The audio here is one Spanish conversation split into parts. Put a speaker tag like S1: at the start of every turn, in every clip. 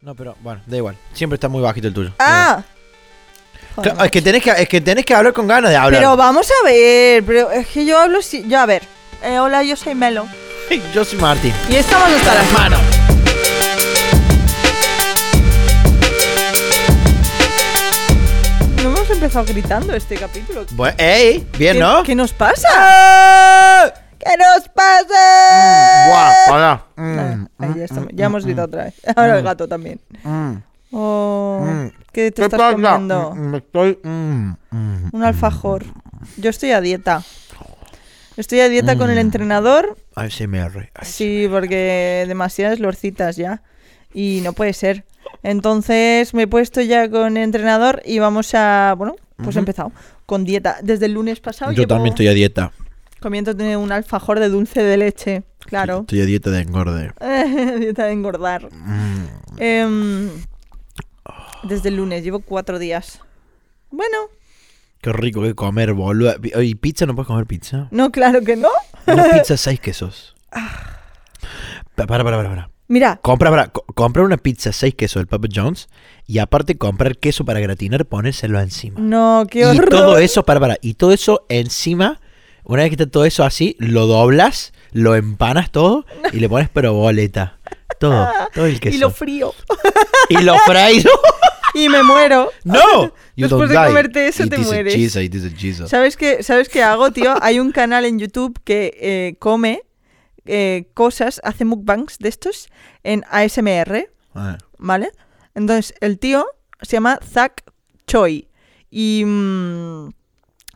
S1: No, pero bueno, da igual. Siempre está muy bajito el tuyo.
S2: Ah.
S1: Da igual. Claro, es, que tenés que, es que tenés que hablar con ganas de hablar.
S2: Pero vamos a ver, pero es que yo hablo si... Ya, a ver. Eh, hola, yo soy Melo.
S1: Yo soy Martín.
S2: Y estamos hasta las manos. No hemos empezado gritando este capítulo.
S1: Bueno, ¡Ey! Bien,
S2: ¿Qué,
S1: ¿no? ¡Eh!
S2: ¿Qué nos pasa? ¡Que nos pasa!
S1: Buah, hola.
S2: Nada,
S1: Mm,
S2: ahí ya, estamos. Ya hemos gritado otra vez. Ahora el gato también. Oh,
S1: Mm.
S2: ¿Qué te estás comiendo?
S1: Me estoy. mm, mm.
S2: Un alfajor. Yo estoy a dieta. Estoy a dieta con el
S1: Mm.
S2: entrenador.
S1: ASMR.
S2: Sí, porque demasiadas lorcitas ya. Y no puede ser. Entonces me he puesto ya con el entrenador y vamos a. Bueno, pues he empezado con dieta. Desde el lunes pasado
S1: Yo
S2: llevo
S1: también estoy a dieta.
S2: comiéndote un alfajor de dulce de leche. Claro.
S1: Estoy a dieta de engorde.
S2: dieta de engordar.
S1: Mm.
S2: Em, desde el lunes, llevo cuatro días. Bueno,
S1: Qué rico que comer, boludo. ¿Y pizza? ¿No puedes comer pizza?
S2: no, claro que no.
S1: Una pizza, seis quesos. Ah. Pa- Para, para, para, para.
S2: Mira,
S1: Compra, para, co- comprar una pizza, seis quesos del Papa John's y aparte comprar queso para gratinar, ponérselo encima.
S2: no, qué
S1: y
S2: horror.
S1: todo eso, para, para, y todo eso encima, una vez que está todo eso así, lo doblas, lo empanas todo y le pones pero boleta. Todo, todo el queso.
S2: y lo frío.
S1: Y lo fries.
S2: y me muero.
S1: ¡No! You don't
S2: Después de
S1: die.
S2: comerte eso,
S1: It
S2: te
S1: is a
S2: mueres.
S1: cheese, it is a cheese.
S2: ¿Sabes qué, ¿Sabes qué hago, tío? Hay un canal en YouTube que eh, come eh, cosas, hace mukbangs de estos en ASMR,
S1: Ah,
S2: ¿vale? Entonces, el tío se llama Zach Choi y mm,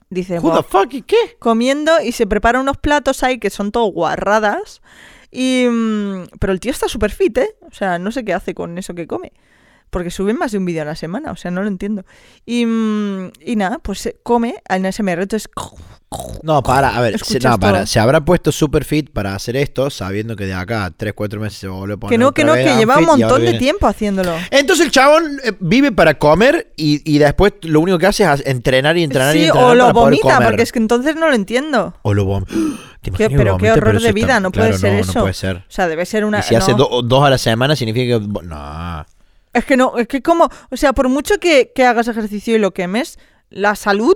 S2: dice...
S1: Who
S2: "Buah,
S1: the fuck y qué?
S2: comiendo y se prepara unos platos ahí que son todo guarradas. Y, mm, pero el tío está súper fit, ¿eh? O sea, no sé qué hace con eso que come. Porque suben más de un vídeo a la semana, o sea, no lo entiendo. Y, mm, y nada, pues se come en SMR. Entonces,
S1: No, para, a ver, se,
S2: Escuchas
S1: no, para,
S2: todo.
S1: se habrá puesto super fit para hacer esto, sabiendo que de acá a 3, 4 meses se va a volver a poner
S2: que no,
S1: otra
S2: que no,
S1: vez
S2: que lleva un
S1: unfit y ahora
S2: montón de
S1: viene-
S2: tiempo haciéndolo.
S1: Entonces el chabón eh, vive para comer y, y después lo único que hace es entrenar y entrenar y
S2: Sí,
S1: entrenar
S2: o lo
S1: para poder
S2: vomita,
S1: comer.
S2: porque es que entonces no lo entiendo.
S1: O lo vomita.
S2: Qué- pero qué horror de vida, no puede ser eso.
S1: No puede ser.
S2: O sea, debe ser una...
S1: y si
S2: no.
S1: hace do- dos a la semana significa que... No.
S2: Es que no, es que como, o sea, por mucho que, que hagas ejercicio y lo quemes, la salud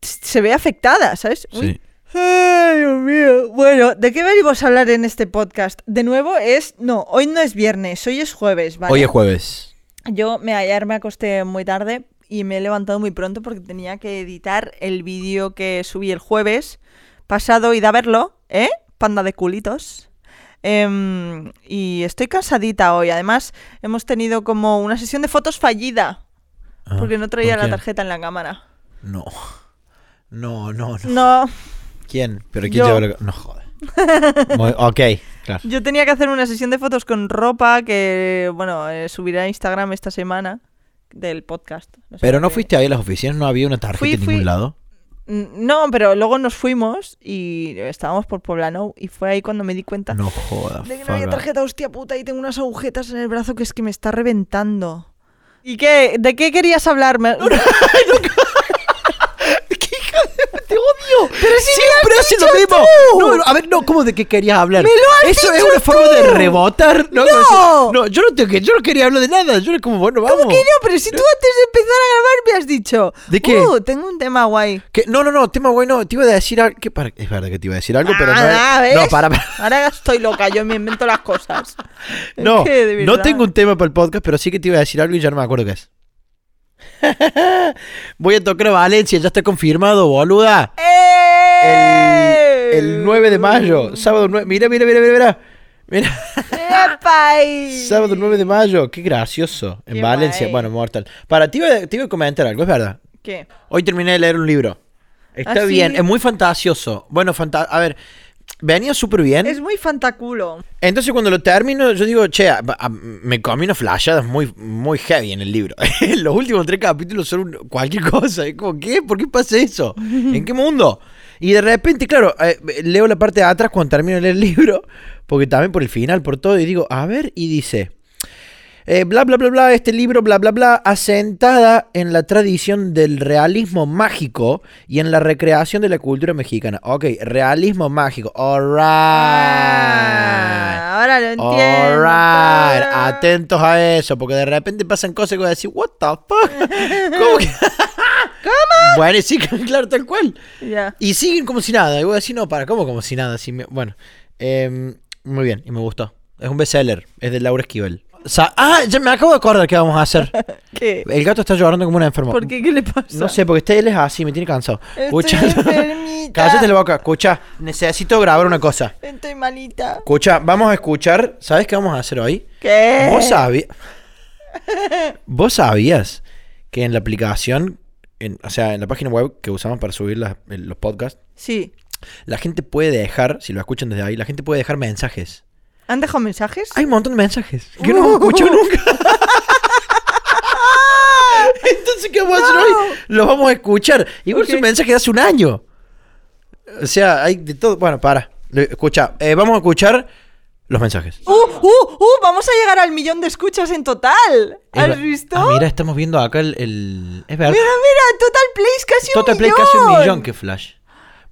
S2: se ve afectada, ¿sabes? Uy. Ay, Dios mío. Bueno, ¿de qué venimos a hablar en este podcast? De nuevo es, no, hoy no es viernes, hoy es jueves, ¿vale?
S1: Hoy es jueves.
S2: Yo me ayer me acosté muy tarde y me he levantado muy pronto porque tenía que editar el vídeo que subí el jueves pasado y de verlo, ¿eh? Panda de culitos. Em, y estoy cansadita hoy. Además, hemos tenido como una sesión de fotos fallida
S1: Ah,
S2: porque no traía
S1: ¿por
S2: la
S1: qué?
S2: tarjeta en la cámara.
S1: No. No, no, no.
S2: No,
S1: ¿Quién? ¿Pero quién
S2: Yo.
S1: lleva la... No, joder. Muy- ok, claro.
S2: yo tenía que hacer una sesión de fotos con ropa que, bueno, eh, subiré a Instagram esta semana del podcast. No sé
S1: Pero no
S2: qué-
S1: fuiste ahí a las oficinas, no había una tarjeta
S2: Fui,
S1: en ningún
S2: fui.
S1: lado.
S2: Mm, No, pero luego nos fuimos y estábamos por Poblano y fue ahí cuando me di cuenta
S1: No jodas.
S2: de que no había
S1: fuck.
S2: tarjeta, hostia puta, y tengo unas agujetas en el brazo que es que me está reventando. ¿Y qué? ¿De qué querías hablarme?
S1: ¡Qué hija de... ¡Te odio!
S2: Pero si me
S1: ¡Siempre
S2: lo has
S1: hace lo
S2: dicho
S1: mismo!
S2: tú.
S1: No, no, a ver, no, ¿cómo de qué querías hablar?
S2: ¡Me lo has
S1: Eso es
S2: dicho
S1: una forma de
S2: tú!
S1: rebotar. No,
S2: ¡No!
S1: no, no, yo no tengo que, yo no quería hablar de nada. Yo era como, bueno, vamos.
S2: ¿Cómo que no? Pero si tú antes de empezar a grabar me has dicho.
S1: ¿Eh? ¿De qué?
S2: "Uh, tengo un tema guay.
S1: Que- no, no, no, tema bueno, te iba a decir algo. que para- es verdad que te iba a decir algo, pero no.
S2: Ah,
S1: es-
S2: ¿ves?
S1: No, para, para.
S2: Ahora estoy loca, yo me invento las cosas. Es
S1: No,
S2: que de
S1: no
S2: verdad.
S1: tengo un tema para el podcast, pero sí que te iba a decir algo y ya no me acuerdo qué es. Voy a tocar a Valencia, ya está confirmado, boluda.
S2: ¡Eh!
S1: El, el 9 de mayo, sábado 9. Mira, mira, mira, mira, mira. Mira.
S2: ¡Epa! ahí!
S1: Sábado 9 de mayo, qué gracioso. En
S2: Qué
S1: Valencia,
S2: guay.
S1: bueno, mortal. Para, te iba, te iba a comentar algo, es verdad.
S2: ¿Qué?
S1: Hoy terminé de leer un libro. Está
S2: ¿Ah, sí?
S1: bien, es muy fantasioso. Bueno, fanta a ver, venía súper bien.
S2: Es muy fantaculo.
S1: Entonces cuando lo termino, yo digo, che, a- a- me comí unas flashadas muy, muy heavy en el libro. Los últimos tres capítulos son un- cualquier cosa. Es como, ¿qué? ¿Por qué pasa eso? ¿En qué mundo? Y de repente, claro, eh, leo la parte de atrás cuando termino de leer el libro, porque también por el final, por todo, y digo, a ver, y dice... Eh, bla, bla, bla, bla, este libro, bla, bla, bla, asentada en la tradición del realismo mágico y en la recreación de la cultura mexicana. Ok, realismo mágico. All right.
S2: Ah, ahora lo entiendo.
S1: All right. Atentos a eso, porque de repente pasan cosas que voy a decir, what the fuck. ¿Cómo que? Bueno, y sí, claro, tal cual.
S2: Ya.
S1: Y siguen como si nada. Y voy a decir, no, para, ¿cómo como si nada? Si me- Bueno, eh, muy bien, y me gustó. Es un bestseller, es de Laura Esquivel. Sa- ah, ya me acabo de acordar qué vamos a hacer.
S2: ¿Qué?
S1: El gato está llorando como un enfermo.
S2: ¿Por qué? ¿Qué le pasa?
S1: No sé, porque este él es así, me tiene cansado.
S2: Estoy enfermita.
S1: cállate la boca, escucha. Necesito grabar una cosa.
S2: Estoy malita.
S1: Escucha, vamos a escuchar. ¿Sabes qué vamos a hacer hoy?
S2: ¿Qué?
S1: ¿Vos, sabías ¿Vos sabías que en la aplicación, en- o sea, en la página web que usamos para subir las- el- los podcasts,
S2: Sí.
S1: la gente puede dejar, si lo escuchan desde ahí, la gente puede dejar mensajes. Uh.
S2: ¿Han dejado mensajes?
S1: Hay un montón de mensajes que no hemos escuchado nunca. Entonces, ¿qué vamos a hacer hoy? Los vamos a escuchar. Igual es
S2: Ok.
S1: un mensaje de hace un año. O sea, hay de todo. Bueno, para. Lo- Escucha, eh, vamos a escuchar los mensajes.
S2: ¡Uh, uh, uh! Vamos a llegar al millón de escuchas en total.
S1: Es
S2: ¿Has
S1: ver-
S2: visto?
S1: Ah, mira, estamos viendo acá el. el- Es verdad.
S2: Mira, mira, Total Plays casi
S1: Er- Total
S2: un
S1: Play
S2: millón.
S1: casi un millón que Flash.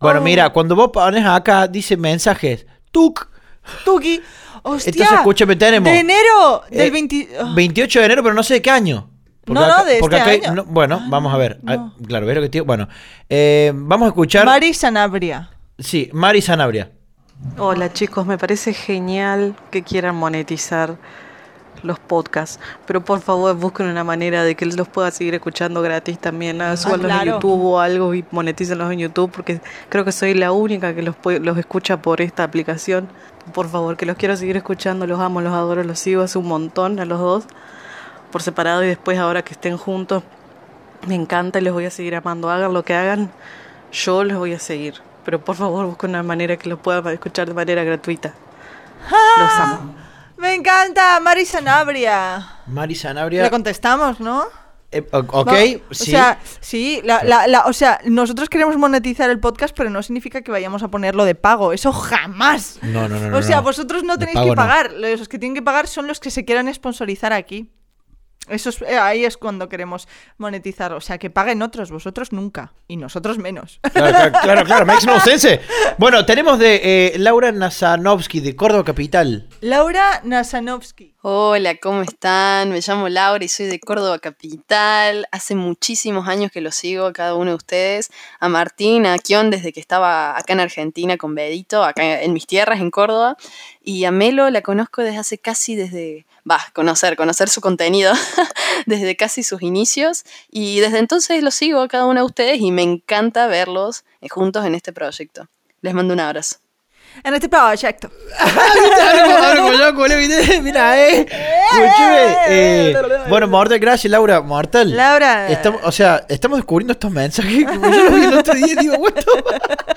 S1: Bueno,
S2: Oh.
S1: mira, cuando vos pones acá, dice mensajes. Tuk.
S2: Tuki. Hostia.
S1: Entonces, escúchame, tenemos-
S2: De enero del
S1: Eh,
S2: 20... oh,
S1: 28 de enero, pero no sé de qué año.
S2: No, no, de
S1: porque acá
S2: este
S1: hay-
S2: año.
S1: no, bueno, vamos a ver. Ah, claro, ¿ves lo que te digo? Bueno, eh, vamos a escuchar.
S2: Mari Sanabria.
S1: Sí, Mari Sanabria.
S3: Hola chicos, me parece genial que quieran monetizar los podcasts, pero por favor busquen una manera de que los pueda seguir escuchando gratis también. Ah, Súbanlos
S2: claro.
S3: en YouTube o algo y monetícenlos en YouTube porque creo que soy la única que los, puede- los escucha por esta aplicación. Por favor, que los quiero seguir escuchando, los amo, los adoro, los sigo hace un montón a los dos por separado y después ahora que estén juntos. Me encanta y los voy a seguir amando. Hagan lo que hagan, yo los voy a seguir. Pero por favor, busquen una manera que los puedan escuchar de manera gratuita. Los amo.
S2: Me encanta, Mari Sanabria.
S1: Mari
S2: Le
S1: Sanabria.
S2: contestamos, ¿no?
S1: eh, o- ok,
S2: Va- O
S1: sí.
S2: sea, sí, la- la- la- o sea, nosotros queremos monetizar el podcast, pero no significa que vayamos a ponerlo de pago. Eso jamás.
S1: No, no, no, no,
S2: O sea,
S1: no.
S2: vosotros no
S1: De
S2: tenéis
S1: pago
S2: que
S1: no.
S2: pagar. Los que tienen que pagar son los que se quieran sponsorizar aquí. Eso es, eh, ahí es cuando queremos monetizar. O sea, que paguen otros, vosotros nunca. Y nosotros menos.
S1: Claro, claro, claro, claro, makes no sense. Bueno, tenemos de eh, Laura Nazanovsky de Córdoba Capital.
S2: Laura Nasanovsky.
S4: Hola, ¿cómo están? Me llamo Laura y soy de Córdoba Capital. Hace muchísimos años que lo sigo a cada uno de ustedes. A Martín, a Kion desde que estaba acá en Argentina con Bedito, acá en mis tierras, en Córdoba. Y a Melo la conozco desde hace casi desde... Va, conocer, conocer su contenido desde casi sus inicios. Y desde entonces lo sigo a cada uno de ustedes y me encanta verlos eh, juntos en este proyecto. Les mando un abrazo.
S2: En este proyecto.
S1: Mira, eh. Escúcheme, eh, Bueno, mortal, gracias, Laura. Mortal.
S2: Laura.
S1: Estamos, o sea, estamos descubriendo estos mensajes que yo los vi el otro día y digo, what the fuck?".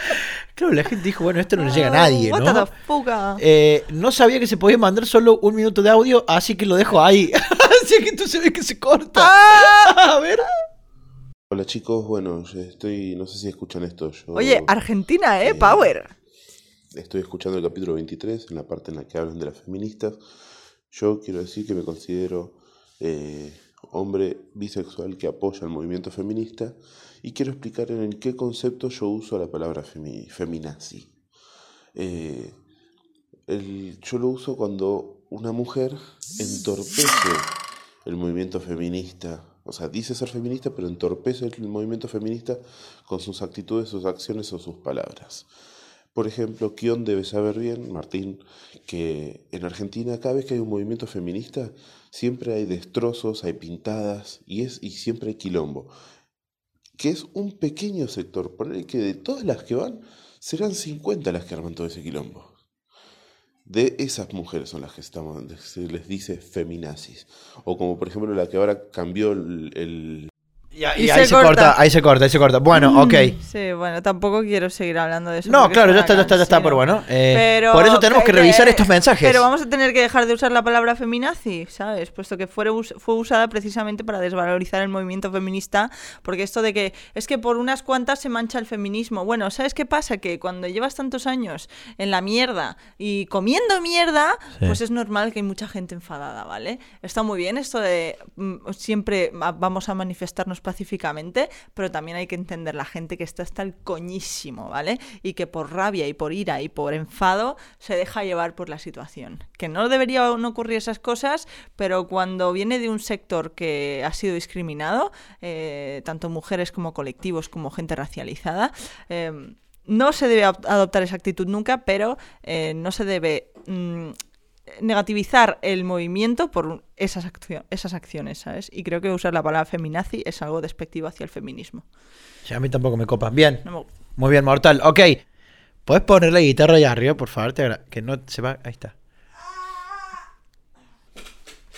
S1: Claro, la gente dijo, bueno, esto no le llega a nadie,
S2: Ah, What the
S1: ¿no?
S2: fuck?
S1: Eh, no sabía que se podía mandar solo un minuto de audio, así que lo dejo ahí. así que tú se ve que se corta.
S2: Ah.
S1: a ver.
S5: Hola chicos, bueno, yo estoy, no sé si escuchan esto, yo
S1: uh.
S2: Oye, Argentina, ¿eh?
S5: Eh,
S2: Power.
S5: estoy escuchando el capítulo 23, en la parte en la que hablan de las feministas. Yo quiero decir que me considero eh, hombre bisexual que apoya el movimiento feminista y quiero explicar en el qué concepto yo uso la palabra femi- feminazi. Eh, el- yo lo uso cuando una mujer entorpece el movimiento feminista. O sea, dice ser feminista, pero entorpece el movimiento feminista con sus actitudes, sus acciones o sus palabras. Por ejemplo, Kion debe saber bien, Martín, que en Argentina cada vez que hay un movimiento feminista, siempre hay destrozos, hay pintadas y, es, y siempre hay quilombo. Que es un pequeño sector. Poner que de todas las que van, serán 50 las que arman todo ese quilombo. De esas mujeres son las que estamos, se les dice feminazis. O como por ejemplo la que ahora cambió el- el
S1: Y, ahí- ahí se corta. ahí se corta, ahí se corta.
S2: Mm.
S1: Bueno, ok.
S2: Sí, bueno, tampoco quiero seguir hablando de eso.
S1: No,
S2: porque
S1: claro,
S2: es
S1: ya
S2: una
S1: está, ya está, ya está,
S2: cansina.
S1: pero bueno. eh, por eso tenemos que
S2: pero-
S1: revisar estos mensajes.
S2: Pero vamos a tener que dejar de usar la palabra feminazi, ¿sabes? Puesto que fuere us- fue usada precisamente para desvalorizar el movimiento feminista, porque esto de que es que por unas cuantas se mancha el feminismo. Bueno, ¿sabes qué pasa? Que cuando llevas tantos años en la mierda y comiendo mierda,
S1: Sí.
S2: pues es normal que hay mucha gente enfadada, ¿vale? Está muy bien esto de mm, siempre ma- vamos a manifestarnos pacíficamente, pero también hay que entender la gente que está hasta el coñísimo, ¿vale? Y que por rabia y por ira y por enfado se deja llevar por la situación. Que no debería aún ocurrir esas cosas, pero cuando viene de un sector que ha sido discriminado, eh, tanto mujeres como colectivos, como gente racializada, eh, no se debe ap- adoptar esa actitud nunca, pero eh, no se debe mm, negativizar el movimiento por un- esas, accio- esas acciones, ¿sabes? Y creo que usar la palabra feminazi es algo despectivo hacia el feminismo.
S1: Sí, a mí tampoco me copa. Bien.
S2: No me-
S1: Muy bien, Mortal. Ok. ¿Puedes poner la guitarra allá arriba, por favor? Te agra- que no se va. Ahí está.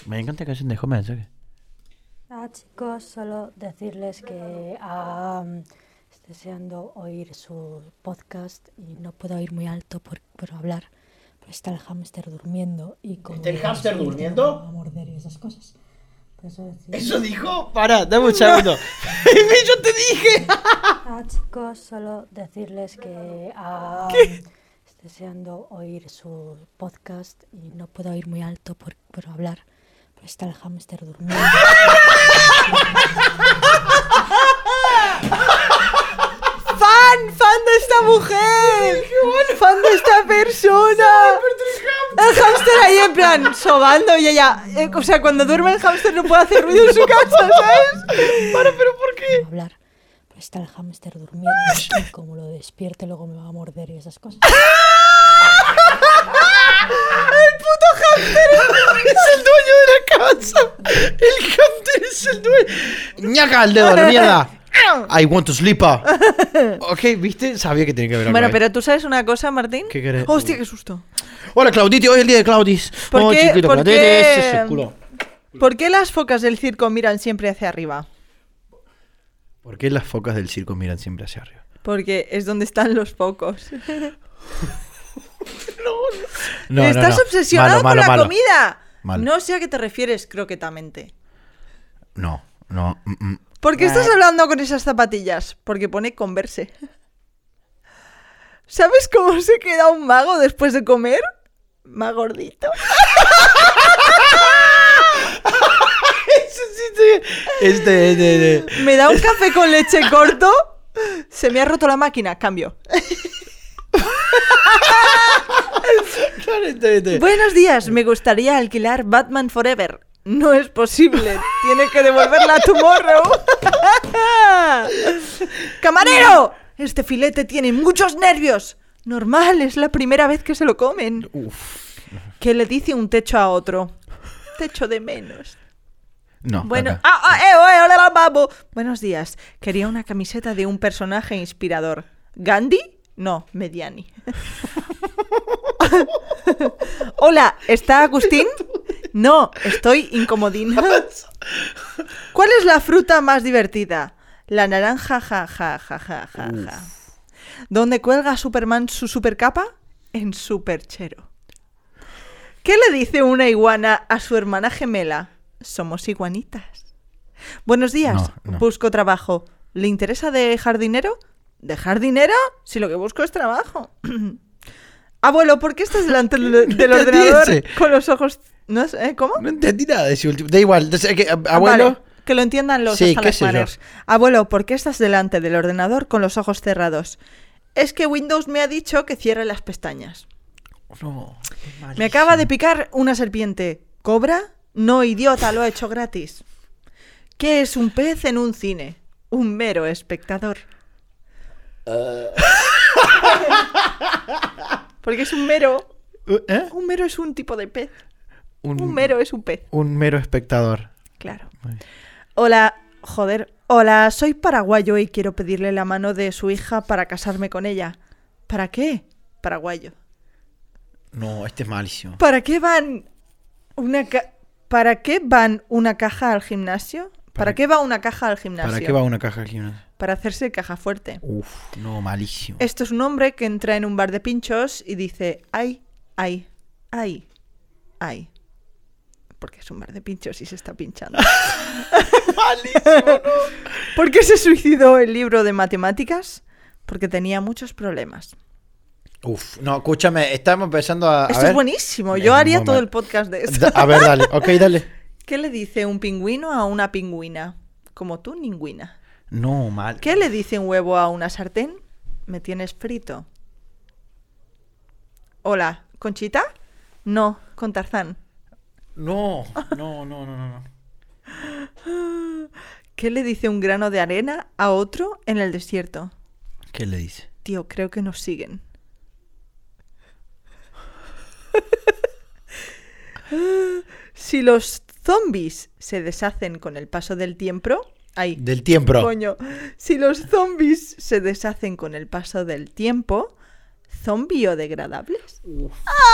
S1: Me encanta que hayan dejado mensajes.
S6: Hola Ah, chicos, solo decirles que am, estoy deseando oír su podcast y no puedo oír muy alto por, por hablar. Pero está el hámster durmiendo y como
S1: ¿Está el
S6: no
S1: hámster
S6: sé,
S1: durmiendo?
S6: no va A morder y esas cosas. Por eso decir,
S1: ¿Eso dijo? Para, dame un segundo. Yo te dije.
S6: Hola Ah, chicos, solo decirles que am, estoy deseando oír su podcast y no puedo oír muy alto por, por hablar. Pero está el hámster durmiendo.
S2: ¡Fan! ¡Fan de esta mujer! ¡Fan de esta persona! El hámster ahí en plan sobando y ella. eh, o sea, cuando duerme el hámster no puede hacer ruido en su casa, ¿sabes? Para, pero ¿por qué?
S6: a hablar. Pero está el hámster durmiendo y como lo despierte luego me va a morder y esas cosas.
S1: ¡El puto hamster es el dueño de la casa! ¡El hamster es el dueño! ¡Ñaca el dedo, la mierda! I want to sleep. ah. Ok, ¿viste? Sabía que tenía que ver algo
S2: Bueno,
S1: ahí.
S2: pero tú sabes una cosa, Martín.
S1: ¿Qué querés?
S2: Hostia, qué susto.
S1: Hola, Clauditi. Hoy es el día de Claudis.
S2: ¿Por
S1: oh,
S2: qué-
S1: chiquito,
S2: por
S1: Claudis.
S2: qué-
S1: ese es el culo.
S2: ¿Por qué las focas del circo miran siempre hacia arriba?
S1: ¿Por qué las focas del circo miran siempre hacia arriba?
S2: Porque es donde están los focos.
S1: No, no,
S2: Estás
S1: no. Malo,
S2: obsesionado
S1: malo,
S2: con la
S1: malo.
S2: comida.
S1: Malo.
S2: No sé a qué te refieres croquetamente.
S1: No, no. mm, mm.
S2: ¿Por qué estás hablando con esas zapatillas? Porque pone converse. ¿Sabes cómo se queda un mago después de comer? Más gordito.
S1: Sí, sí, sí. Este, este, este.
S2: Me da un café con leche corto. Se me ha roto la máquina, cambio.
S1: Claro, este, este.
S2: Buenos días, me gustaría alquilar Batman Forever. No es posible, tiene que devolverla a Tomorrow. ¡Camarero! Este filete tiene muchos nervios. Normal, es la primera vez que se lo comen. Que le dice un techo a otro. Techo de menos.
S1: No.
S2: Bueno,
S1: acá.
S2: ah, ah, eh, oh, eh, hola, babo. Buenos días. Quería una camiseta de un personaje inspirador. ¿Gandhi? No, Mediani. hola, ¿está Agustín? No, estoy incomodina. ¿Cuál es la fruta más divertida? La naranja, ja, ja, ja, ja, ja, ja. ¿Dónde cuelga Superman su supercapa? En Superchero. ¿Qué le dice una iguana a su hermana gemela? Somos iguanitas. Buenos días,
S1: No, no.
S2: busco trabajo. ¿Le interesa de jardinero? ¿Dejar dinero? Si lo que busco es trabajo. Abuelo, ¿por qué estás delante del, del
S1: te
S2: ordenador
S1: atiense.
S2: con los ojos... No sé, ¿Cómo?
S1: No entendí nada de ese último. Da igual. o sea, que, ab- abuelo.
S2: Ah, Vale, que lo entiendan los
S1: Ah, Sí,
S2: hasta
S1: qué
S2: las
S1: sé yo.
S2: paredes. Abuelo, ¿por qué estás delante del ordenador con los ojos cerrados? Es que Windows me ha dicho que cierre las pestañas.
S1: No.
S2: Me acaba de picar una serpiente. ¿Cobra? No, idiota, lo ha hecho gratis. ¿Qué es un pez en un cine? Un mero espectador.
S1: Eh.
S2: Porque es un mero.
S1: ¿Eh?
S2: Un mero es un tipo de pez.
S1: Un,
S2: Un mero es un pez.
S1: un mero espectador.
S2: Claro.
S1: Vale.
S2: Hola, joder. Hola, soy paraguayo y quiero pedirle la mano de su hija para casarme con ella. ¿Para qué? Paraguayo.
S1: No, este es malísimo.
S2: ¿Para qué van una ca- ¿Para qué van una caja al gimnasio? ¿Para qué va una caja al gimnasio?
S1: ¿Para qué va una caja al gimnasio?
S2: Para hacerse caja fuerte.
S1: Uf, no, malísimo.
S2: Esto es un hombre que entra en un bar de pinchos y dice, ay, ay, ay, ay. Porque es un bar de pinchos y se está pinchando. ¿Por qué se suicidó el libro de matemáticas? Porque tenía muchos problemas.
S1: Uf, no, escúchame, estamos empezando a. a
S2: esto
S1: ver.
S2: es buenísimo.
S1: Es
S2: Yo haría
S1: muy
S2: todo
S1: mal.
S2: el podcast de esto.
S1: Da- A ver, dale, ok, dale.
S2: ¿Qué le dice un pingüino a una pingüina? Como tú, ninguna.
S1: No, mal.
S2: ¿Qué le dice un huevo a una sartén? Me tienes frito. Hola, ¿Conchita? No, con Tarzán.
S1: No, no, no, no, no. no.
S2: ¿Qué le dice un grano de arena a otro en el desierto?
S1: ¿Qué le dice?
S2: Tío, creo que nos siguen. si los zombies se deshacen con el paso del tiempo... Ay,
S1: Del tiempo.
S2: Coño, si los zombies se deshacen con el paso del tiempo, ¿son biodegradables?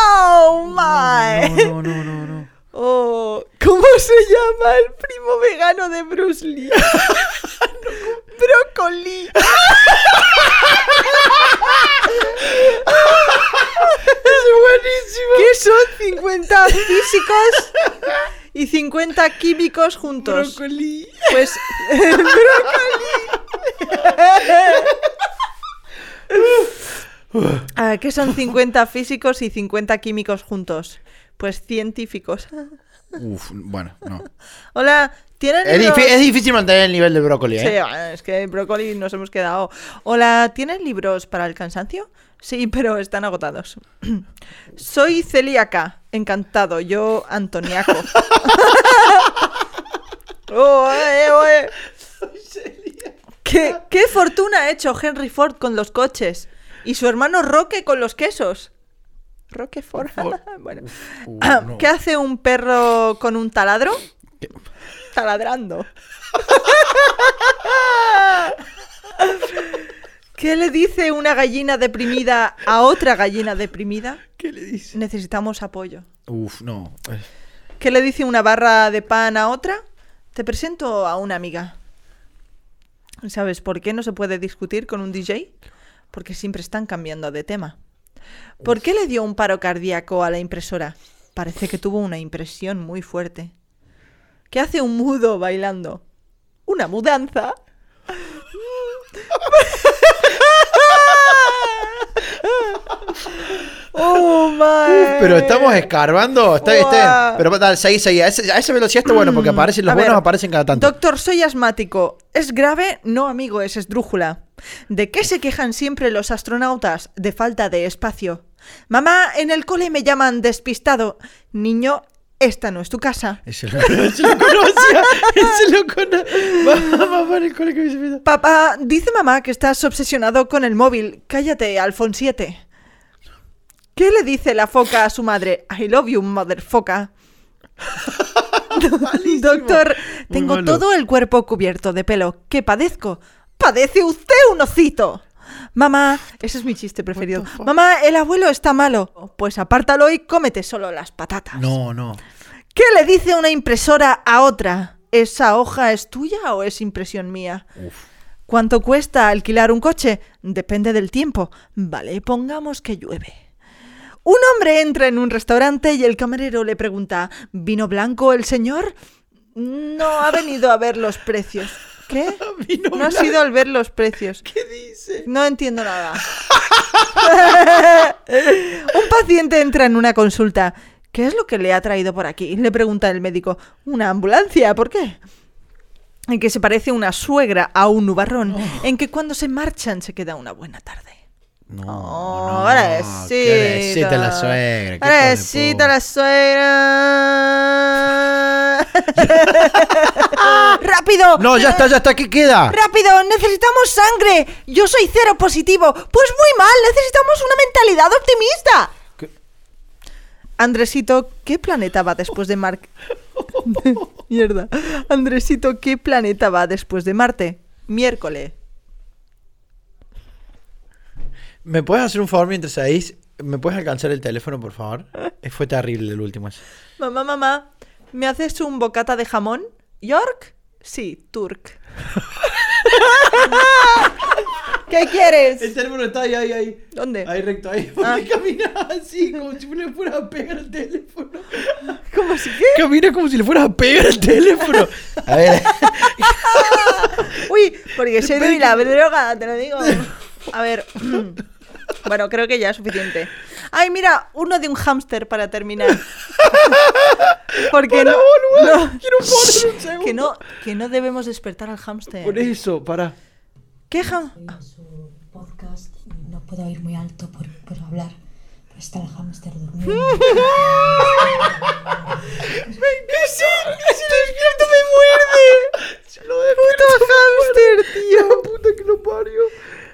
S2: ¡Oh, my!
S1: No, no, no, no, no.
S2: Oh, ¿Cómo se llama el primo vegano de Bruce Lee? ¡Brócoli! ¡Es buenísimo! ¿Qué son 50 físicos y 50 químicos juntos?
S1: Brócoli.
S2: Pues brócoli. Ah, ¿Qué son 50 físicos y 50 químicos juntos? Pues científicos.
S1: Uf, bueno, no.
S2: Hola, ¿tienen
S1: Es,
S2: libros?
S1: difi- es difícil mantener el nivel de brócoli,
S2: Sí,
S1: ¿eh?
S2: bueno, es que el brócoli nos hemos quedado. Hola, ¿tienen libros para el cansancio? Sí, pero están agotados. Soy celíaca, encantado. Yo antoniaco. Oh, eh, oh, eh. ¿Qué, qué fortuna ha hecho Henry Ford con los coches? Y su hermano Roque con los quesos. Roque Ford. bueno.
S1: Uh,
S2: Ah,
S1: no.
S2: ¿Qué hace un perro con un taladro? Taladrando. ¿Qué le dice una gallina deprimida a otra gallina deprimida?
S1: ¿Qué le dice?
S2: Necesitamos apoyo.
S1: Uf, no. Eh,
S2: ¿Qué le dice una barra de pan a otra? Te presento a una amiga. ¿Sabes por qué no se puede discutir con un DJ? Porque siempre están cambiando de tema. ¿Por qué le dio un paro cardíaco a la impresora? Parece que tuvo una impresión muy fuerte. ¿Qué hace un mudo bailando? Una mudanza. Oh my.
S1: Pero estamos escarbando. Está, está,
S2: Buah.
S1: pero dale, seguí, seguí. A, ese- a esa velocidad está bueno porque aparecen los
S2: Mm, A ver,
S1: buenos aparecen cada tanto.
S2: Doctor, soy asmático. ¿Es grave? No, amigo, es esdrújula. ¿De qué se quejan siempre los astronautas? De falta de espacio. Mamá, en el cole me llaman despistado. Niño, esta no es tu casa.
S1: Ese lo, ese lo conocía. Ese lo conocía. Mamá, mamá, en el cole que me hizo miedo.
S2: Papá, dice mamá que estás obsesionado con el móvil. Cállate, Alfonsiete. ¿Qué le dice la foca a su madre? I love you, mother foca. Doctor,
S1: Muy
S2: tengo
S1: malo.
S2: todo el cuerpo cubierto de pelo. ¿Qué padezco? ¡Padece usted un hocito! Mamá, ese es mi chiste preferido. Mamá, el abuelo está malo. Pues apártalo y cómete solo las patatas.
S1: No, no.
S2: ¿Qué le dice una impresora a otra? ¿Esa hoja es tuya o es impresión mía? ¿Cuánto cuesta alquilar un coche? Depende del tiempo. Vale, pongamos que llueve. Un hombre entra en un restaurante y el camarero le pregunta, ¿vino blanco el señor? No ha venido a ver los precios. ¿Qué?
S1: Vino
S2: no ha
S1: blanco.
S2: sido al ver los precios.
S1: ¿Qué dice?
S2: No entiendo nada. un paciente entra en una consulta. ¿Qué es lo que le ha traído por aquí? Le pregunta el médico. ¿Una ambulancia? ¿Por qué? En que se parece una suegra a un nubarrón.
S1: Oh.
S2: En que cuando se marchan se queda una buena tarde.
S1: No,
S2: Oh,
S1: no.
S2: pobrecita.
S1: Pobrecita la suegra. qué
S2: Pobrecita la
S1: hijo
S2: suegra.
S1: de
S2: ¡Rápido!
S1: pu- No, ya está, ya está. ¿Qué queda?
S2: ¡Rápido! ¡Necesitamos sangre! Yo soy cero positivo. Pues muy mal, necesitamos una mentalidad optimista.
S1: ¿Qué?
S2: Andresito, ¿qué planeta va después de Marte? Mierda. Andresito, ¿qué planeta va después de Marte? Miércoles.
S1: ¿Me puedes hacer un favor mientras ahí? ¿Me puedes alcanzar el teléfono, por favor? Eh, Fue terrible el último. ese.
S2: Mamá, mamá, ¿me haces un bocata de jamón? ¿York?
S3: Sí, Turk.
S2: ¿Qué quieres?
S1: teléfono está ahí, ahí, ahí.
S2: ¿Dónde?
S1: recto, ahí.
S2: Ah.
S1: caminaba así, como si le fuera a pegar el teléfono.
S2: ¿Cómo si qué?
S1: Camina como si le fuera a pegar el teléfono. A ver.
S2: Uy, porque soy débil a la droga, te lo digo. A ver. Bueno, creo que ya es suficiente. Ay, mira, uno de un hámster para terminar. Porque no, no-
S1: Oh, Quiero poner un segundo.
S2: que no, que no debemos despertar al hámster.
S1: Por eso, para.
S2: ¿Qué ham-
S6: en su podcast y no puedo ir muy alto por, por hablar. Pero está el hámster durmiendo.
S1: ¡Sí! ¡Si lo despierto me muerde! ¡Si lo despierto ¡Puto hámster, tío! ¡La puta que lo parió!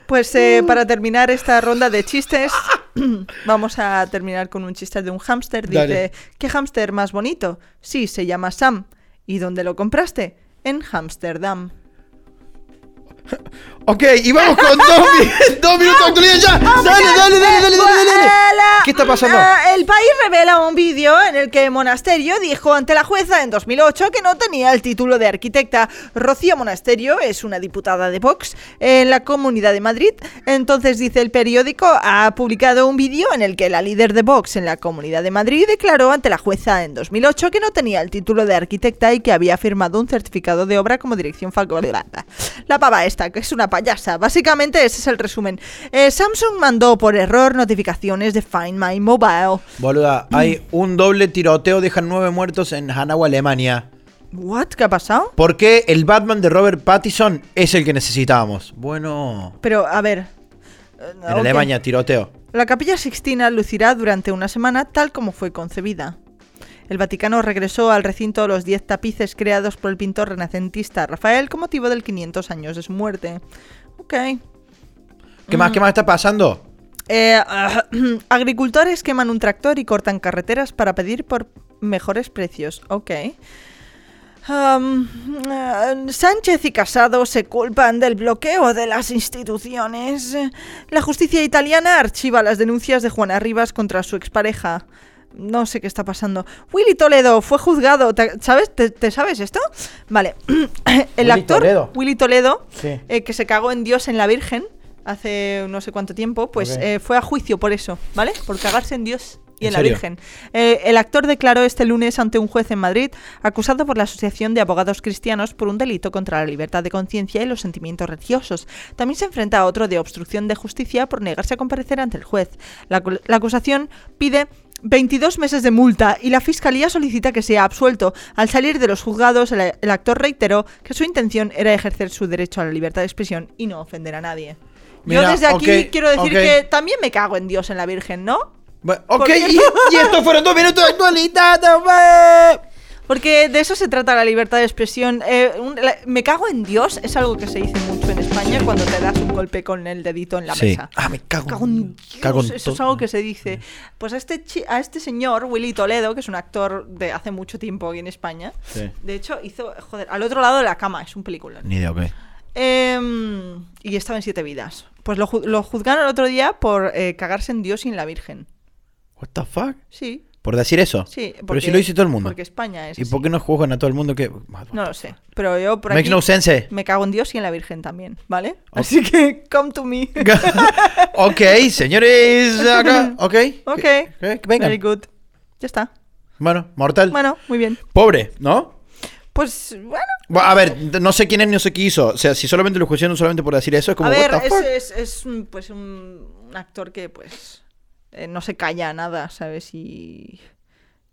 S2: Pues eh,
S1: Uh.
S2: para terminar esta ronda de chistes, vamos a terminar con un chiste de un hámster. Dice,
S1: Dale.
S2: ¿qué hámster más bonito? Sí, se llama Sam. ¿Y dónde lo compraste? En Hamsterdam.
S1: Ok, y vamos con dos, mi- dos minutos de actualidad ya. Dale, dale, dale, dale, dale,
S2: eh,
S1: dale.
S2: La-
S1: ¿Qué está pasando?
S2: la- Ah, el país revela un vídeo en el que Monasterio dijo ante la jueza en 2008 que no tenía el título de arquitecta. Rocío Monasterio es una diputada de Vox en la Comunidad de Madrid. Entonces dice el periódico ha publicado un vídeo en el que la líder de Vox en la Comunidad de Madrid declaró ante la jueza en 2008 que no tenía el título de arquitecta y que había firmado un certificado de obra como dirección facultada. La pava esta, que es una payasa. Básicamente ese es el resumen. Eh, Samsung mandó por error notificaciones de Find My Mobile.
S1: Boluda, hay un doble tiroteo, dejan nueve muertos en Hanau, Alemania.
S2: What? ¿Qué ha pasado?
S1: ¿Por qué el Batman de Robert Pattinson es el que necesitábamos? Bueno,
S2: Pero, a ver. eh,
S1: en
S2: ok.
S1: Alemania, tiroteo.
S2: La capilla Sixtina lucirá durante una semana tal como fue concebida. El Vaticano regresó al recinto los 10 tapices creados por el pintor renacentista Rafael con motivo del 500 años de su muerte. Ok.
S1: ¿Qué más, qué más está pasando?
S2: Eh, agricultores queman un tractor y cortan carreteras para pedir por mejores precios. Ok. Am, eh, Sánchez y Casado se culpan del bloqueo de las instituciones. La justicia italiana archiva las denuncias de Juana Rivas contra su expareja. No sé qué está pasando. Willy Toledo fue juzgado. ¿Te, ¿Sabes? ¿Te, te sabes esto? Vale. El
S1: Willy
S2: actor
S1: Toledo.
S2: Willy Toledo
S1: Sí.
S2: eh, que se cagó en Dios en la Virgen hace no sé cuánto tiempo,
S1: Ok.
S2: pues eh, fue a juicio por eso, ¿vale? Por cagarse en Dios y
S1: ¿En
S2: en, la
S1: serio?
S2: Virgen. Eh, el actor declaró este lunes ante un juez en Madrid acusado por la Asociación de Abogados Cristianos por un delito contra la libertad de conciencia y los sentimientos religiosos. También se enfrenta a otro de obstrucción de justicia por negarse a comparecer ante el juez. La, acu- la acusación pide 22 meses de multa y la fiscalía solicita que sea absuelto. Al salir de los juzgados, el, el actor reiteró que su intención era ejercer su derecho a la libertad de expresión y no ofender a nadie.
S1: Mira,
S2: Yo desde aquí
S1: ok,
S2: quiero
S1: ok.
S2: decir que también me cago en Dios, en la Virgen, ¿no?
S1: Bueno, ok,
S2: ¿Por qué
S1: y,
S2: no?
S1: y estos fueron dos minutos de actualidad. hombre.
S2: Porque de eso se trata la libertad de expresión. Eh, un- la- me cago en Dios es algo que se dice mucho en España cuando te das un golpe con el dedito en la
S1: Sí.
S2: mesa.
S1: Ah, me cago,
S2: Cago en Dios,
S1: cago en
S2: eso es
S1: todo.
S2: algo que se dice. Pues a este, chi- a este señor, Willy Toledo, que es un actor de hace mucho tiempo aquí en España,
S1: Sí.
S2: de hecho hizo, joder, al otro lado de la cama, es un película.
S1: Ni idea, ok.
S2: Em, y estaba en siete vidas. Pues lo, ju- lo juzgaron el otro día por eh, cagarse en Dios y en la Virgen.
S1: What the fuck?
S2: Sí,
S1: Por decir eso.
S2: sí.
S1: Pero
S2: porque-
S1: si lo dice todo el mundo.
S2: Porque España es
S1: ¿Y
S2: así.
S1: por qué no juzgan a todo el mundo que.?
S2: No lo sé. Pero yo por
S1: Makes
S2: aquí
S1: no sense.
S2: me cago en Dios y en la Virgen también, ¿vale? Así que come to me.
S1: ok, señores. Acá. Ok.
S2: ok.
S1: Que- que vengan.
S2: Very good. Ya está.
S1: Bueno, mortal.
S2: Bueno, muy bien.
S1: Pobre, ¿no?
S2: Pues bueno.
S1: Bu- A ver, no sé quién es, no sé qué hizo. O sea, si solamente lo juzgaron solamente por decir eso, es como.
S2: a ver,
S1: what the
S2: es,
S1: fuck?
S2: es, es un, pues un, un actor que pues eh, no se calla a nada, ¿sabes? Y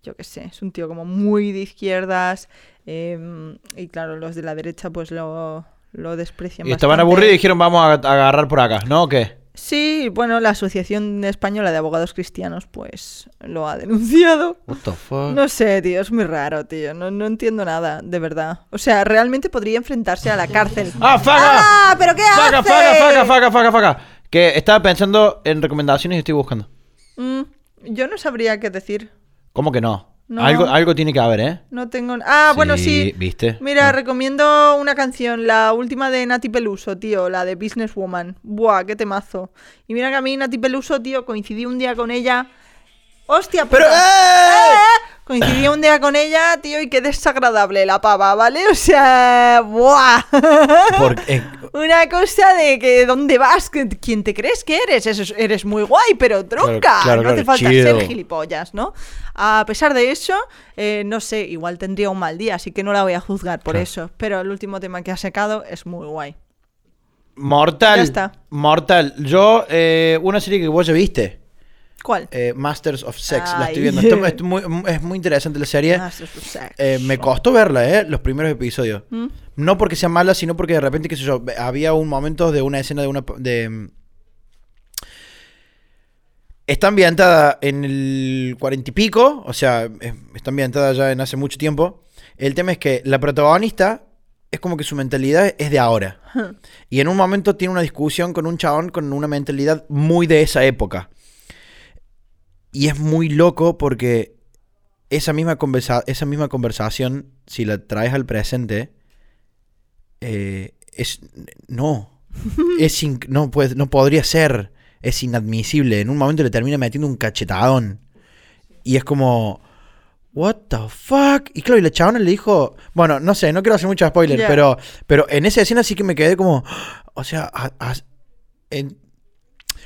S2: yo qué sé, es un tío como muy de izquierdas em, y claro, los de la derecha pues lo, lo desprecian.
S1: Y estaban
S2: bastante.
S1: aburridos y dijeron, vamos a a agarrar por acá, ¿no? ¿O qué?
S2: Sí, bueno, la Asociación Española de Abogados Cristianos pues lo ha denunciado.
S1: What the fuck.
S2: No sé, tío, es muy raro, tío. No, no entiendo nada, de verdad. O sea, realmente podría enfrentarse a la cárcel.
S1: ¡Ah, faga!
S2: ¡Ah, pero qué
S1: ¡Faga,
S2: hace!
S1: faga, faga, faga, faga, faga! Que estaba pensando en recomendaciones y estoy buscando.
S2: Mm, yo no sabría qué decir.
S1: ¿Cómo que no?
S2: No.
S1: Algo, algo tiene que haber, ¿eh?
S2: No tengo. Ah,
S1: Sí,
S2: bueno, sí.
S1: ¿viste?
S2: Mira,
S1: Ah.
S2: recomiendo una canción, la última de Nati Peluso, tío, la de Businesswoman. Buah, qué temazo. Y mira que a mí Nati Peluso, tío, coincidí un día con ella. ¡Hostia,
S1: Pero,
S2: puta!
S1: ¡eh!
S2: ¡Eh! Coincidí un día con ella, tío, y qué desagradable la pava, ¿vale? O sea, ¡buah!
S1: Porque, eh,
S2: Una cosa de que ¿dónde vas? ¿Que- ¿Quién te crees que eres? Eso es- eres muy guay, pero tronca.
S1: claro,
S2: no hace
S1: claro,
S2: falta
S1: chill.
S2: ser gilipollas, ¿no? A pesar de eso, eh, no sé, igual tendría un mal día, así que no la voy a juzgar por eso. Pero el último tema que ha sacado es muy guay.
S1: mortal.
S2: Ya está.
S1: Mortal. Yo, eh, una serie que vos ya viste.
S2: ¿Cuál?
S1: eh, Masters of Sex. La estoy
S2: Ay. Ah,
S1: viendo. Está- es, muy, es muy interesante la serie.
S2: Masters of Sex.
S1: Eh, me costó verla, ¿eh? Los primeros episodios. No porque sea mala, sino porque de repente, qué sé yo, había un momento de una escena de una... De... mm, Está ambientada en el cuarenta y pico, o sea, eh, está ambientada ya en hace mucho tiempo. El tema es que la protagonista es como que su mentalidad es de ahora. Y en un momento tiene una discusión con un chabón con una mentalidad muy de esa época. Y es muy loco porque esa misma, conversa- esa misma conversación, si la traes al presente, eh, es. No. es in- no, pues, no podría ser. Es inadmisible. En un momento le termina metiendo un cachetadón. Y es como. What the fuck? Y claro, y la chabona le dijo. Bueno, no sé, no quiero hacer mucho spoiler,
S2: Ya.
S1: pero, pero en esa escena sí que me quedé como. O sea, a- a- en-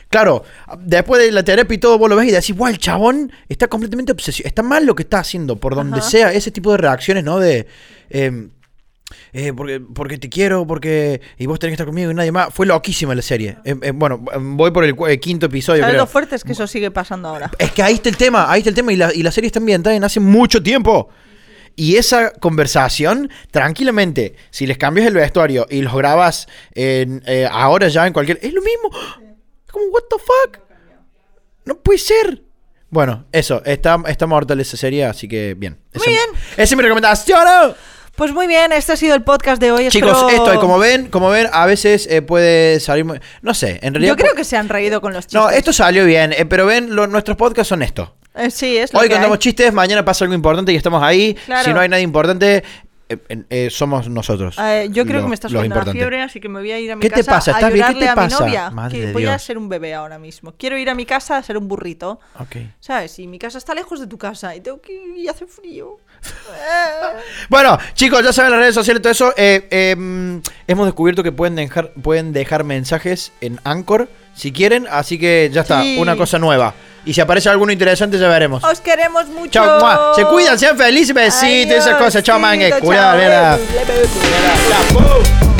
S1: Claro, después de la terapia y todo, vos lo ves y decís, wow, el chabón está completamente obsesionado. Está mal lo que está haciendo, por donde sea. Ese tipo de reacciones, ¿no? De. em, eh, porque, porque te quiero, porque. Y vos tenés que estar conmigo y nadie más. Fue loquísima la serie. Eh, eh, bueno, voy por el cu- eh, quinto episodio.
S2: ¿Sabes
S1: creo.
S2: lo fuerte es que eso sigue pasando ahora?
S1: Es que ahí está el tema, ahí está el tema. Y la, y la serie está ambientada en hace mucho tiempo. Y esa conversación, tranquilamente, si les cambias el vestuario y los grabas en, eh, ahora ya en cualquier... Es lo mismo. Es como, what the fuck? No puede ser. Bueno, eso, está, está mortal esa serie, así que bien. Esa-
S2: Muy bien.
S1: Esa es mi recomendación.
S2: Pues muy bien, este ha sido el podcast de hoy.
S1: Chicos,
S2: espero-
S1: esto, y como ven, como ven, a veces eh, puede salir... muy- No sé, en realidad...
S2: Yo creo que se han reído con los chistes.
S1: No, esto salió bien, eh, pero ven, lo- nuestros podcasts son estos.
S2: Eh, sí, es lo
S1: Hoy
S2: que
S1: contamos
S2: hay.
S1: chistes, mañana pasa algo importante y estamos ahí.
S2: Claro.
S1: Si no hay nada importante, eh, eh, somos nosotros.
S2: Eh, yo creo
S1: lo-
S2: que me estás
S1: los
S2: poniendo la
S1: importantes.
S2: fiebre, así que me voy a ir a mi
S1: ¿Qué te
S2: casa
S1: pasa?
S2: a
S1: ¿Estás bien? ¿Qué
S2: llorarle
S1: te
S2: a
S1: pasa?
S2: mi novia,
S1: Madre
S2: que
S1: de
S2: voy a
S1: Dios.
S2: ser un bebé ahora mismo. Quiero ir a mi casa a ser un burrito,
S1: Ok.
S2: ¿sabes? Y mi casa está lejos de tu casa y tengo que ir y hace frío.
S1: Bueno, chicos, ya saben las redes sociales y todo eso. Eh, eh, hemos descubierto que pueden dejar, pueden dejar mensajes en Anchor si quieren, así que ya está,
S2: Sí.
S1: una cosa nueva. Y si aparece alguno interesante, ya veremos.
S2: Os queremos mucho.
S1: Chao, mua. se cuidan, sean felices, besitos,
S2: Adiós,
S1: esas cosas. Chao, mangue,
S2: besito,
S1: cuidado,
S2: chao.
S1: nena.
S2: Lepe, lepe, lepe.
S1: Chao.